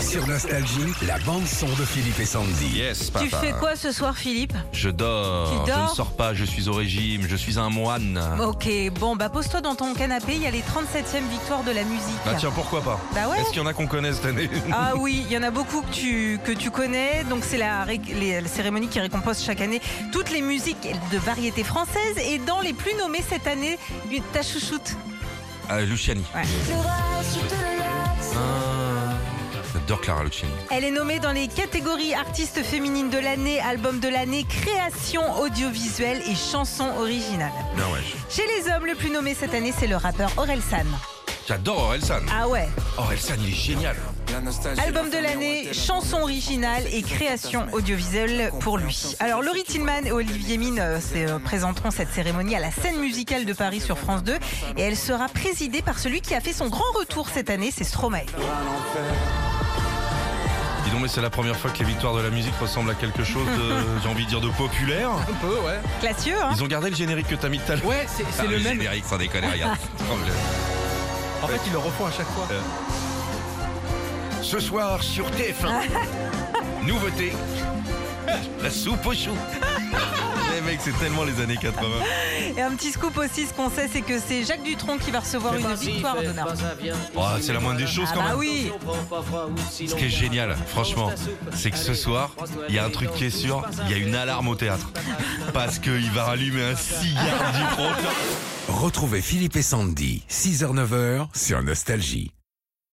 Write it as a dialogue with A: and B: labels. A: Sur Nostalgie, la bande-son de Philippe et Sandy.
B: Yes, papa.
C: Tu fais quoi ce soir, Philippe
B: Je dors.
C: Tu
B: Je
C: dors
B: ne sors pas, je suis au régime, je suis un moine.
C: Ok, bon, bah pose-toi dans ton canapé, il y a les 37e victoires de la musique.
B: Bah tiens, pourquoi pas
C: Bah ouais.
B: Est-ce qu'il y en a qu'on connaît cette année
C: Ah oui, il y en a beaucoup que tu, que tu connais. Donc c'est la, ré- les- la cérémonie qui récompense chaque année toutes les musiques de variété française. Et dans les plus nommées cette année, une- ta chouchoute.
B: Euh, Luciani. Ah, J'adore Clara Luciani.
C: Elle est nommée dans les catégories artistes féminines de l'année, album de l'année, création audiovisuelle et chanson originale.
B: Ah ouais.
C: Chez les hommes, le plus nommé cette année, c'est le rappeur Orelsan.
B: J'adore Orelsan.
C: Ah ouais
B: Orelsan, il est génial.
C: Album de l'année, chanson originale et création audiovisuelle pour lui. Alors Laurie Tillman et Olivier Mine euh, c'est, euh, présenteront cette cérémonie à la scène musicale de Paris sur France 2 et elle sera présidée par celui qui a fait son grand retour cette année, c'est Stromae.
B: Dis donc, mais c'est la première fois que les victoires de la musique ressemblent à quelque chose de, j'ai envie de dire, de populaire.
D: Un peu, ouais.
C: Classieux, hein
B: Ils ont gardé le générique que t'as mis tout à l'heure.
D: Ouais, c'est c'est
B: Ah,
D: le même.
B: générique, sans déconner, regarde.
D: En fait, ils le refont à chaque fois.
A: Ce soir sur TF1,
B: Nouveauté. La soupe aux choux. Les mecs, Eh c'est tellement les années 80.
C: Et un petit scoop aussi, ce qu'on sait, c'est que c'est Jacques Dutronc qui va recevoir une victoire d'honneur.
B: Oh, c'est la moindre des choses
C: Ah
B: quand
C: bah
B: même.
C: oui
B: Ce qui est génial, franchement, c'est que ce soir, il y a un truc qui est sûr, il y a une alarme au théâtre. Parce qu'il va rallumer un cigare du prochain.
A: retrouvez Philippe et Sandy, 6h-9h sur Nostalgie.